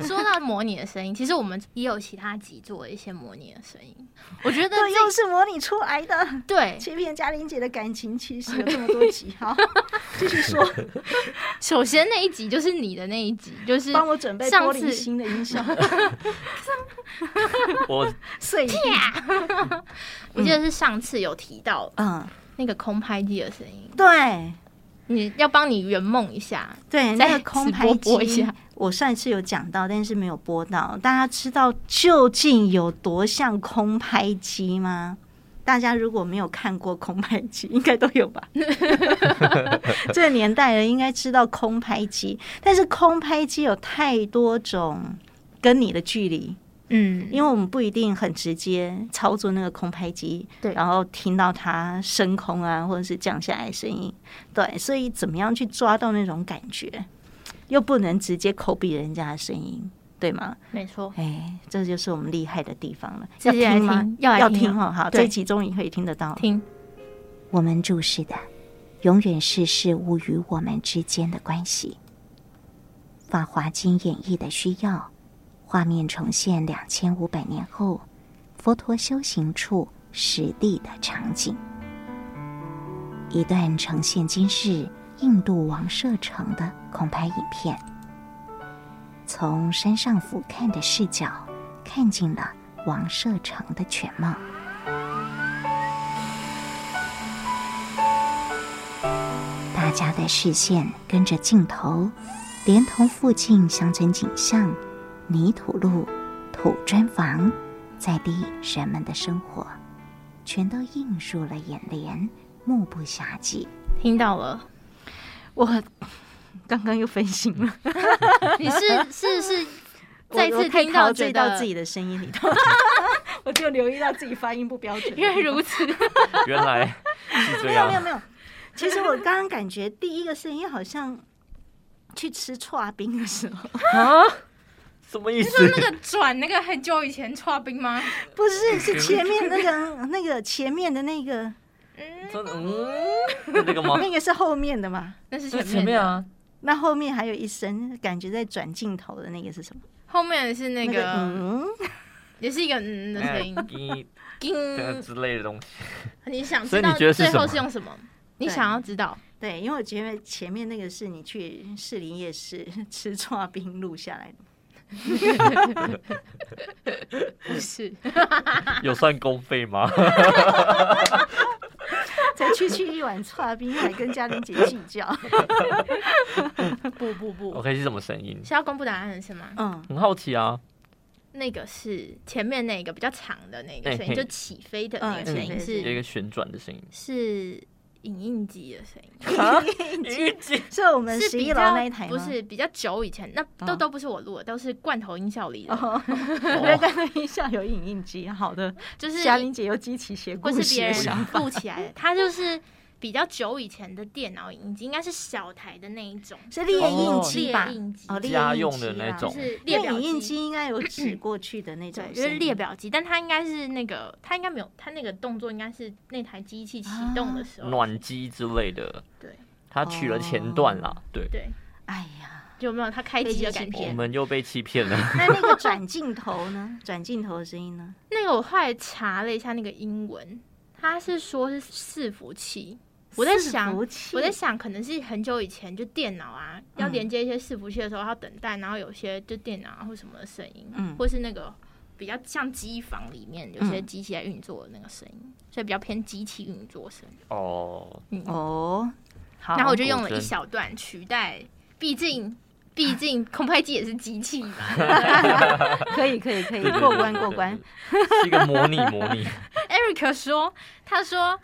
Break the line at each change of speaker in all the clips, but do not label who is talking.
要模拟的声音，其实我们也有其他集做一些模拟的声音。我觉得
对，又是模拟出来的，
对，
欺骗嘉玲姐的感情，其实有这么多集，好，继续说，
首先那一集就是你的那一集，就是
帮我准备玻璃心的音效，
我
碎地，
我记得是上次有提到
嗯，
那个空拍机的声音，
对
你要帮你圆梦一下，
对，
再
那个空
直
拍
播播一
机
下，
我上一次有讲到，但是没有播到，大家知道究竟有多像空拍机吗？大家如果没有看过空拍机，应该都有 吧？ 这个年代人应该知道空拍机，但是空拍机有太多种跟你的距离，
嗯，
因为我们不一定很直接操作那个空拍机，
对
然后听到它升空啊，或者是降下来的声音，对，所以怎么样去抓到那种感觉，又不能直接抠鼻人家的声音，对吗？
没错，
哎，这就是我们厉害的地方了。
直接来
要听吗
听？要来
要
听
听哦，好，
对
这一集终于可以听得到。
听
我们注视的，永远是事物与我们之间的关系。《法华经》演绎的需要，画面重现两千五百年后佛陀修行处实地的场景。一段呈现今日印度王舍城的空拍影片，从山上俯瞰的视角，看尽了王舍城的全貌。大家的视线跟着镜头，连同附近乡村景象、泥土路、土砖房、在地人们的生活，全都映入了眼帘，目不暇接。
听到 了，
我刚刚又分心 了，
你是是是
我
再
我
次
太
听到
陶
觉
醉
得
到自己的声音里 头，我就留意到自己发音不标准。
原来如此，
原来是这
没有
样
没有没有， 其实我刚刚感觉第一个声音好像去吃串冰的时候，
啊？什么意思？
那个转那个很久以前刷冰吗？
不是是前 面那个那个前面的那个
真的嗯，那个吗？
那个是后面的嘛？
那是
这
前
是
面
前面
的，
啊，
那后面还有一声，感觉在转镜头的那个是什么？
后面是那
那
个、
嗯，
也是一个嗯的声音，
一
叮。
哎呃之类的东西。
你想
所
知
以你
道
觉得是
最
什
后
么
是用什么？你
对
想要知道？
对，因为我觉得前面那个是你去士林夜市 吃串冰录下来的。
不是，
有算公费吗？
才区区一碗串冰，还跟嘉玲姐计较。
不不不，
OK，是什么声音？
是要公布答案是吗？
嗯，
很好奇啊。
那个是前面那个比较长的那个声音，
哎嘿嘿
就起飞的那个声音
嗯
有一
是
个旋转的声音。
是影印机的声音，
是我们
是
十
比
一
较
楼那一台吗？
不是比较久以前，那
哦
都都不是我录的，都是罐头音效里的，
哦， 原
哦
来那音效有影印机，好的。
就是
嘉玲姐又激起写
或
啊故
是
事
别
的
人
想法。
录起来的，它就是比较久以前的电脑影印机，应该是小台的那一种，
是猎印机
猎
吧？
印机，
哦，猎
家
印
用
机
的那
啦
种
就是列
猎
表
影印机应该有指过去的那种
对，，就是
是
列。表机，但它应该是那个，它应该没有，它那个动作应该是那台机器启动的
啊
时候，
暖机之类的。
对
他取了前段啦，对，
对，
哎呀，
就有没有它开机的感
被机器
觉。
我
骗
们又被欺骗了。
那那 个转镜头呢？ 转镜头的声音呢？
那个我后来查了一下那个英文，它是说是伺服器，我在想
伺服器
我在想可能是很久以前就电脑啊，要
嗯
连接一些伺服器的时候要等待，然后有些就电脑啊或什么的声音，
嗯
或是那个。比较像机房里面有些
嗯
机器在运作的那个声音，所以比较偏机器运作声。
哦，
哦，好，
然后我就
果
用了一
真
小段取代，毕竟毕竟空拍机也是机器嘛，
可以可以可以
对对
过
对
关
对
过
对
关。
是一个模拟模拟。
Eric 说，他说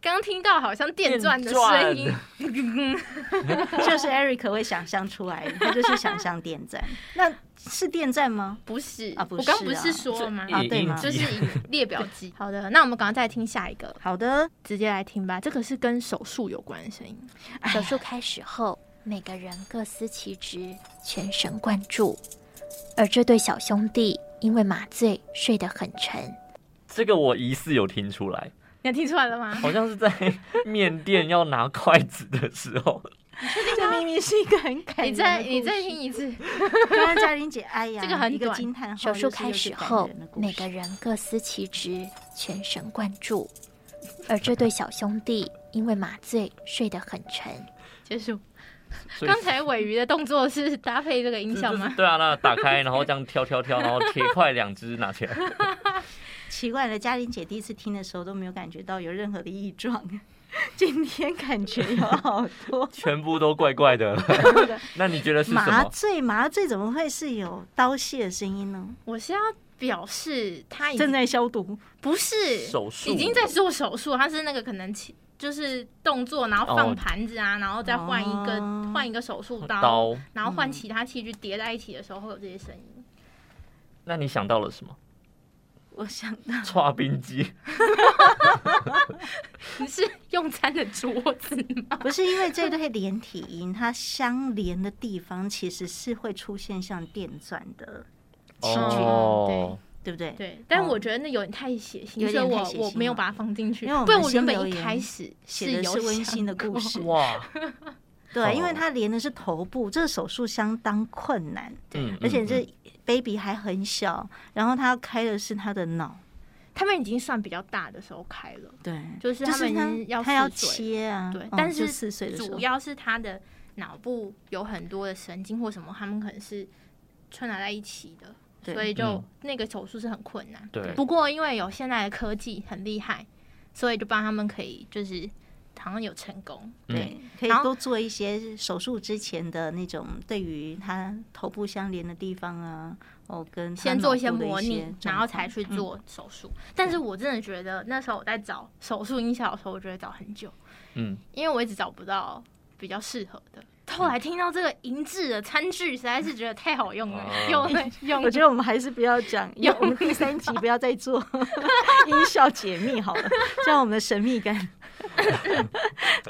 刚听到好像电钻的声音，
就是 Eric 会想象出来的，他就是想象电站。那是电站吗？
不是，
啊不
我刚
是
不
啊
是说了吗？
啊
影
对
印
吗
就是
机，
以列表机。好的，那我们赶快再听下一个，
好的，
直接来听吧。这个是跟手术有关的声音，
手术开始后，每个人各司其职，全神贯注。而这对小兄弟因为麻醉睡得很沉，
这个我疑似有听出来，
你听出来了吗？
好像是在面店要拿筷子的时候，
这明明是一个很感
你
人
再
的
你再
故事
听一次，
刚刚嘉玲姐，哎呀，
这个很
一个
短
惊叹号
手
又是
术
一个
开始
感
后
人的，故
每
事
个人各司其职，全神贯注。而这对小兄弟因为麻醉睡得很沉，
结束。
所以
刚才尾鱼的动作是搭配这个音效
就
吗
是？对啊，那打开，然后这样挑挑挑，然后铁块两只 拿起来。。
奇怪了，嘉玲姐第一次听的时候都没有感觉到有任何的异状， 今天感觉有好多
全部都怪 怪的。那你觉得是什
麻
么？
醉，麻醉怎么会是有刀械的声音呢？
我是要表示他已经
正在消毒，
不是
手术
已经在做手术，他是那个可能起就是动作，然后放盘子啊，然后再换一个
哦
换一个手术刀，
刀？
然后换其他器具叠在一起的时候会有这些声
嗯
音。
那你想到了什么？
我想到
刨冰机。
你是用餐的桌子吗？
不是因为这对连体音，它相连的地方其实是会出现像电钻的，
哦，
对 不对？
对，但
哦
我觉得那有点太血腥，
有点
所以
太
我
血腥
我没有
了
把它放进去。
因为我们
不然我
新
原
留
本一
言
开始
写的
有
是温馨的
想
故
过
事，
哇，
对，因
哦
为它连的是头部，这个手术相当困难，
嗯，嗯
而且这 baby 还很小，然后他要开的是他的脑，
他们已经算比较大的时候开了，
对，
就是
就
他们
是他
已经要
他要
四岁了
切啊，
对
嗯，
但
就是四岁的时候
主，要是他的脑部有很多的神经或什么，他们可能是串杂在一起的，
对
所以就
嗯
那个手术是很困难。
对
不过因为有现在的科技很厉害，所以就帮他们可以就是好像有成功。
嗯
对，可以
然后
多做一些手术之前的那种对于他头部相连的地方啊，哦，跟他
先做
脑
些
部的一
模
些
拟，
状嗯
然后
况
才去做手术。但是我真的觉得那时候我在找手术音效的时候，我觉得找很久，
嗯，
因为我一直找不到比较适合的。后
嗯
来听到这个银质的餐具，实在是觉得太好用了，
哦
用 了用
我觉得我们还是不要讲，因为我们第三集不要再 做音效解密好了，这样我们的神秘 感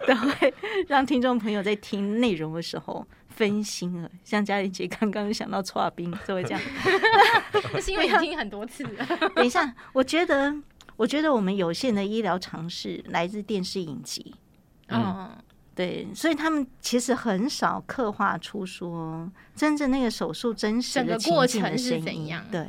都会让听众朋友在听内容的时候分心了。像嘉玲姐刚刚想到搓冰，就会这样。
是因为已经很多次了。
等一下，我觉得，我觉得我们有限的医疗常识来自电视影集，
嗯，
对，所以他们其实很少刻画出说真正那个手术真实
整
的
个
情
过
境的
程是
声
怎
音
样
对。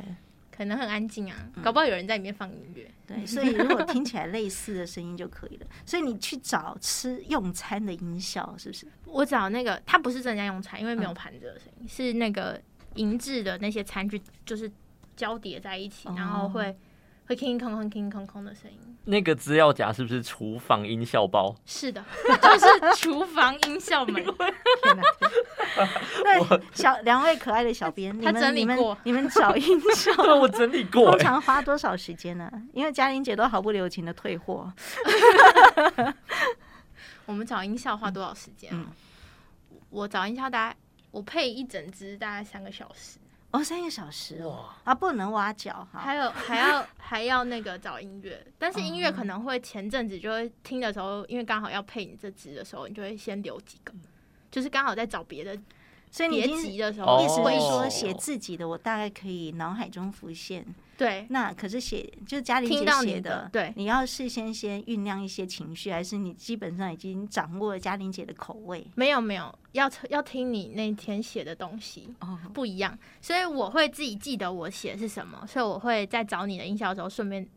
可能很安静啊，搞不好有人在里面放音乐。
对，所以如果听起来类似的声音就可以了。所以你去找吃用餐的音效，是不 是？
我找那个，它不是正在用餐，因为没有盘子的声音，是那个银质的那些餐具，就是交叠在一起，
哦
然后会会空空空空空空的声音。
那个资料夹是不是厨房音效包？，
是的，就是厨房音效 门。
天哪！对，小两位可爱的小编，你
他
们
整理
你们
过
你们 找音效
对，我整理过
通
哎，
常花多少时间呢？因为嘉玲姐都毫不留情的退货，
我们找音效花多少时间、啊？我找音效大概我配一整支大概三个小时，
哦，三个小时哦，啊，不能挖角哈。
还有还要还要那个找音乐，但是音乐可能会前阵子就会听的时候，因为刚好要配你这支的时候，你就会先留几个，就是刚好在找别的
所以哎你已
别
经
集的时
哦
候
意思
会
是
说
说写自己的，我大概可以脑海中浮现。
对，
那可是写就是嘉玲姐
听到
写
你的对
你要事先先酝酿一些情绪，还是你基本上已经掌握了嘉玲姐的口味？
没有没有，要要听你那天写的东西
哦，
不一样，所以我会自己记得我写是什么，所以我会在找你的音效的时候顺便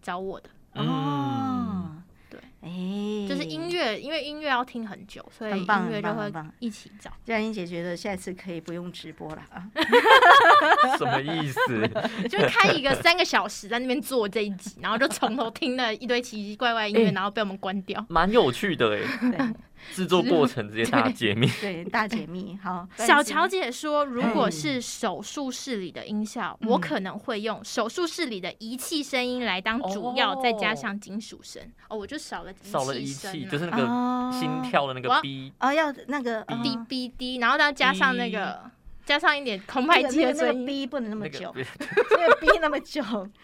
找我的，
哎嗯，
哦，
对，
哎，
就是音。乐，因为音乐要听很久，所以
很棒
音乐就
很棒
会
很棒
一起找。
嘉玲姐觉得下次可以不用直播了 啊，
嗯什么意思？
就是开一个三个小时在那边做这一集，然后就从头听了一堆奇奇怪怪的音乐，
嗯
然后被我们关掉。
蛮有趣的哎，
对
制作过程直接大解密。
对，大解密好。
小乔姐说，如果是手术室里的音效，我可能会用手术室里的仪器声音来当主要，
哦
再加上金属声。哦，我就少了
少了仪
声
器，
嘛
就是那个心跳的那
哦
个 B，
哦，要那个
滴
滴
嗯
滴滴，然后再加上那
嗯
个加上一点空
那
拍
个
机
那
的
个那
声
个
音。
逼不能那么
那
久
个，
那个逼那么久，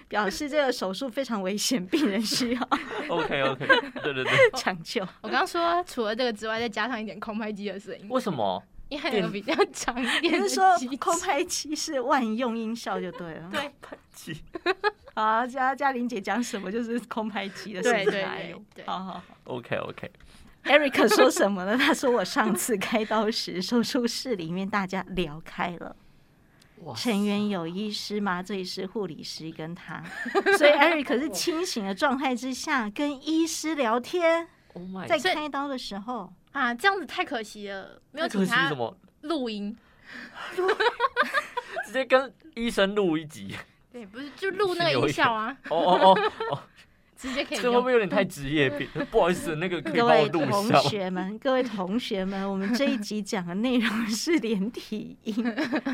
表示这个手术非常危险，病人需要
OK OK，对对对，
抢 救。
我刚说除了这个之外，再加上一点空拍机的声音，
为什么？
因为有比较长一
你
点的
是说
机器
空拍机是万用音效就对了。
对
好啊，嘉嘉玲姐讲什么就是空拍机的事
对
情
对
来
对
用
对
好好好，
OK OK，
Eric 说什么呢？他说我上次开刀时，手术室里面大家聊开了。
哇
成员有医师、麻醉师、护理师跟他， 所以 Eric 是清醒的状态之下跟医师聊天，
，Oh my，
在
所以
开刀的时候，
啊，这样子太可惜了，没有
可
请
惜
他
什么？
录音。
直接跟医生录一集。
对，不是就录那个音效啊，
哦哦哦，
直接可以
这会不
用。
会有点太职业病？不好意思，那个可以
各
帮我
位
录一
同
下吗。
学们，各位同学们，我们这一集讲的内容是连体婴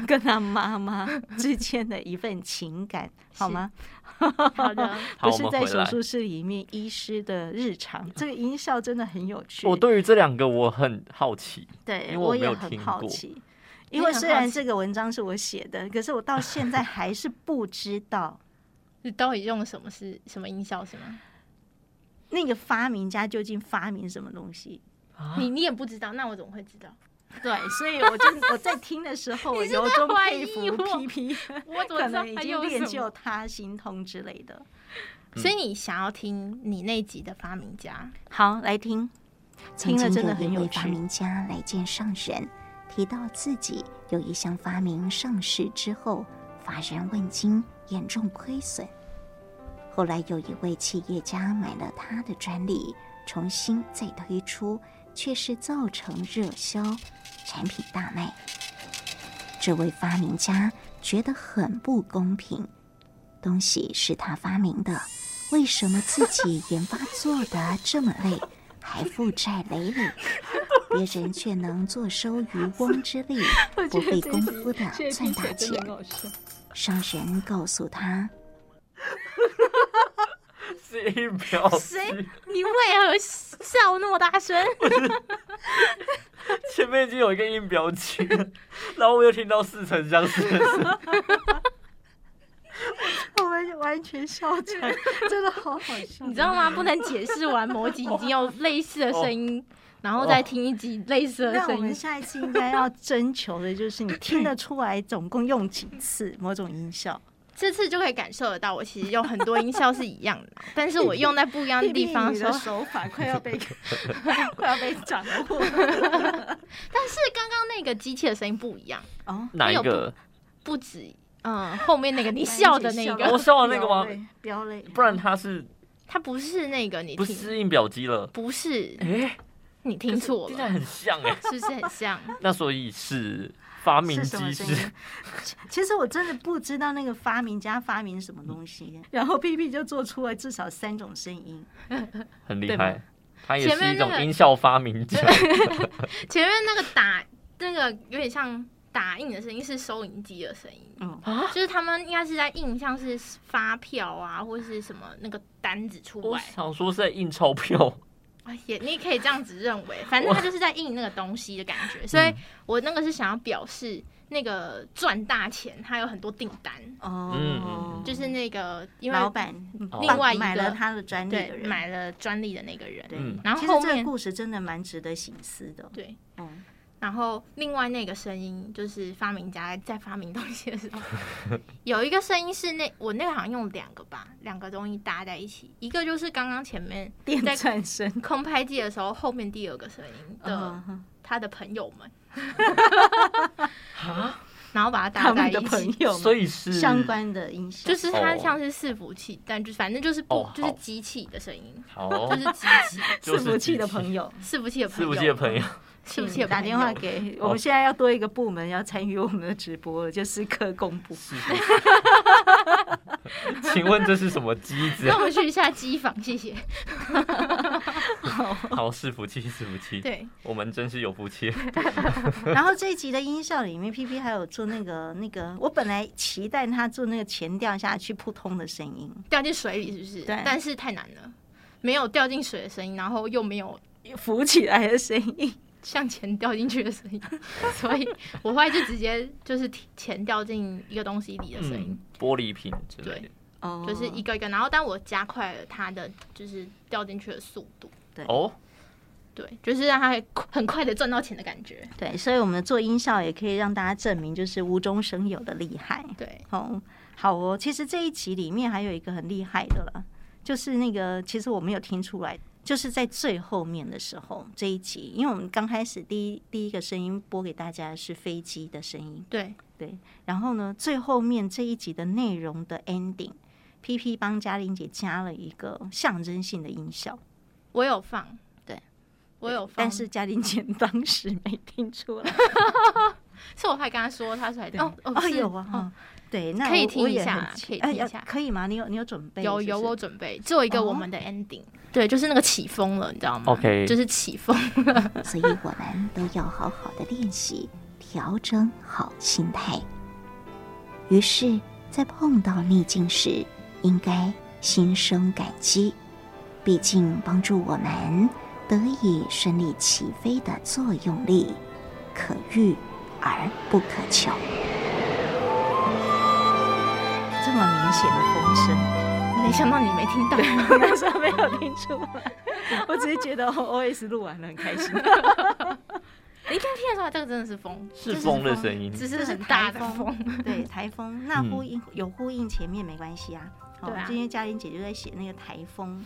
跟他妈妈之间的一份情 感，好吗？
好的，
不
好，我
是
们
在
回
手
来。
术室里面医师的日常，这个音效真的很有趣。
我对于这两个我很好奇，因
对，
为我没
也
有
很
听
好
过
奇，
你
因为
很
虽
好
然
奇
这个文章是我写的，可是我到现在还是不知道
你到底用什么是什么音效是吗？
那个发明家究竟发明什么东西。
啊
你你也不知道，那我怎么会知道？
对，所 以我就我在听的时候，我
你是在
由衷
怀
佩
疑
服
我
P P，
我怎么
可
知道
能已
还
经
有
练
什
就嗯
么？
他心通之类的。
所以你想要听你那一集的发明家？
好，来听，
曾
听了
经
真的
有
很
一
有
位发
趣
明家来见上人，提到自己有一项发明上市之后，法人问津，严重亏损。后来有一位企业家买了他的专利，重新再推出，却是造成热销，产品大卖。这位发明家觉得很不公平，东西是他发明的，为什么自己研发做的这么累，还负债累累？别人却能坐收渔翁之利，不费功 夫的赚大钱。商人告诉他，
是一秒
谁？ 你为何笑那么大 声？
前面已经有一个音标记了，然后我又听到似曾相识 的声音，
我们完全笑场，真的好好笑。
你知道吗？不能解释完某集已经有
哦
类似的声音，然后再听一集类似的
那我
声
们
音。
下一次应该要征求的就是你听得出来总共用几次某种音效。
这次就可以感受得到，我其实用很多音效是一样的，但是我用在不一样的地 方的时候，
手法快要 被 快要被掌握。
但是刚刚那个机器的声音不一样，
哦，
哪一个？
不止嗯后面那 个你笑的那
我
个，
笑的那个吗？
飙泪，
不然它是
它不是那个你
不
听，
是印表机了？
不是
哎，
你听错
听起来
了，
很像哎。
是不是很像？
那所以是发明
是什么
机
声音
是？
其实我真的不知道那个发明家发明什么东西，然后 P P 就做出了至少三种声音。
很
对
厉
吗
害，它也
前
是
面
一
那
种
个
音效发明 家。
前面那个打那个有点像打印的声音，是收银机的声音。
哦
嗯，
啊就是他们应该是在印像是发票啊，或是什么那个单子出
我
来，
想说是在印钞票，
哎也你也可以这样子认为，反正他就是在印那个东西的感
嗯
觉。所以我那个是想要表示那个赚大钱，他有很多订单，
嗯嗯
哦
嗯，
就是那个因为
老板
另
外一个
买了他的专利
对
的人，
买了专利的那个人，
对
嗯
然后
其实
后
这个
面
故事真的蛮值得醒思的。
对。
嗯，
然后另外那个声音就是发明家在发明东西的时 候，有一个声音是那我那个好像用两个吧，两个东西搭在一起，一个就是刚刚前面
电
在
钻声。
空拍机的时候，后面第二个声音的
嗯
他的朋友 们，然后把它
啊他
搭在
们的
一
朋
起，
友们
所以是
相关的音效，
就是它像是伺服器，但就反正就是不
哦
就是
好
机器的声音，
哦
就，是机 器
就是
伺服器的
机器
朋友。
伺服器的
是
朋
不
友，
是的朋友？
伺服器
请
的
打
朋友
电话给我们，现在要多一个部门要参与我们的直播，就是科工 部。
是是是 请问这是什么机 子
那
啊？
我们去一下机房，谢谢。
好，是福气，是福气。
对，
我们真是有福气。
然后这一集的音效里面，P P 还有做那个那个，我本来期待他做那个钱掉下去扑通的声音，
掉进水里是不是？
对
但是太难了，没有掉进水的声音，然后又没有
浮起来的声音。
向前掉进去的声音， 所以我后来就直接就是钱掉进一个东西里的声音
嗯。，玻璃瓶之类的
对。
哦
就是一个一个，然后但我加快了它的就是掉进去的速度，
哦，
对，就是让它很快的赚到钱的感觉，
对，所以我们做音效也可以让大家证明，就是无中生有的厉害。
对，
哦，好哦，其实这一集里面还有一个很厉害的了，就是那个其实我没有听出来，就是在最后面的时候这一集，因为我们刚开始第一第一个声音播给大家是飞机的声音，
对，
对，然后呢，最后面这一集的内容的 ending。P P 帮嘉玲姐加了一个象征性的音效，
我有放，
对
我有放，
但是嘉玲姐 当时没听出来。
是我还跟他说，他说
对
哦哦
哦
是
有啊，哦对，那
可以
我
听
我
一
也
下
很
啊
期
可以听一
哎呀
下
可以吗？你有你有准备？
有
是不
有
是
我准备做一个
哦
我们的 ending，、对，就是那个起风了，你知道吗
OK
就是起风，
所以我们都要好好的练习，调整好心态。于是，在碰到逆境时，应该心生感激，毕竟帮助我们得以顺利起飞的作用力，可遇而不可求。
这么明显的风声，
没想到你没听到，
那时候没有听出来，我只是觉得 O S 录完了很开心。
你刚听得出来，这个真的是风，
是风的声音，
只
这
是
是
很大的
台风
风，
对，台风那
嗯
呼应有呼应前面没关系啊。好
对啊
今天嘉玲姐就在写那个台风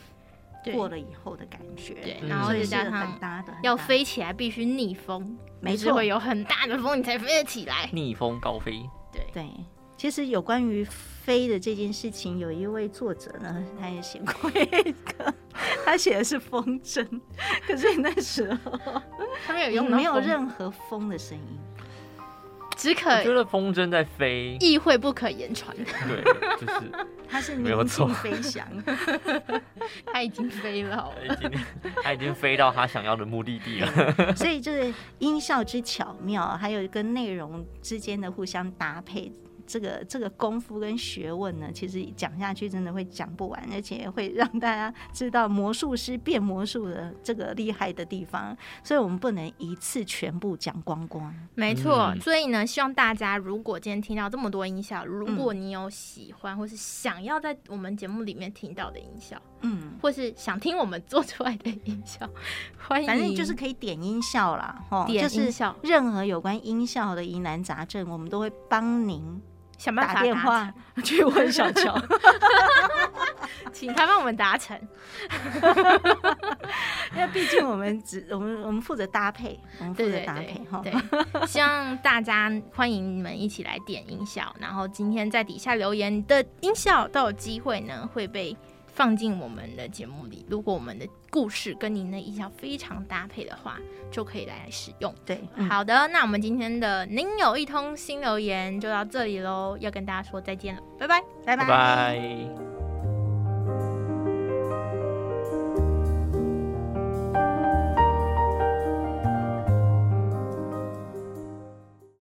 对
过了以后的感觉，
对，
嗯
然后
所
再
以是
加
很
上
搭的，很
要
搭
飞起来必须逆风，
没
就是
错
会有很大的风你才飞得起来，
逆风高飞，
对，
对，其实有关于飞的这件事情，有一位作者呢，他也写过一个，他写的是风筝，可是那时候
他们有
有
用到
没有
风
任何风的声音？
只
我觉
可
得风筝在飞，
意会不可言传，
对，就是
它是
没有
宁静
错
飞翔，
它已经飞了好
它
了，
已经 它已经飞到它想要的目的地了。
所以就是音效之巧妙，还有跟内容之间的互相搭配。这个这个功夫跟学问呢，其实讲下去真的会讲不完，而且会让大家知道魔术师变魔术的这个厉害的地方，所以我们不能一次全部讲光光。
没错，
嗯
所以呢，希望大家如果今天听到这么多音效，如果你有喜欢或是想要在我们节目里面听到的音效，
嗯，
或是想听我们做出来的音效，欢迎，
反正就是可以点音效啦，吼，
点
就是
音效
任何有关音效的疑难杂症，我们都会帮您
想办法
打电话 去问小乔。
达成，请他帮我们达 成。
因为毕竟我们只我们我们负责搭配，我们负
对
责
对
搭配哈。
对，对希望大家欢迎你们一起来点音效，然后今天在底下留言的音效都有机会呢会被放进我们的节目里。如果我们的故事跟您的音效非常搭配的话，就可以来使用。
对，嗯
好的，那我们今天的您有 一通新留言就到这里喽，要跟大家说再见了，拜拜。
拜
拜拜。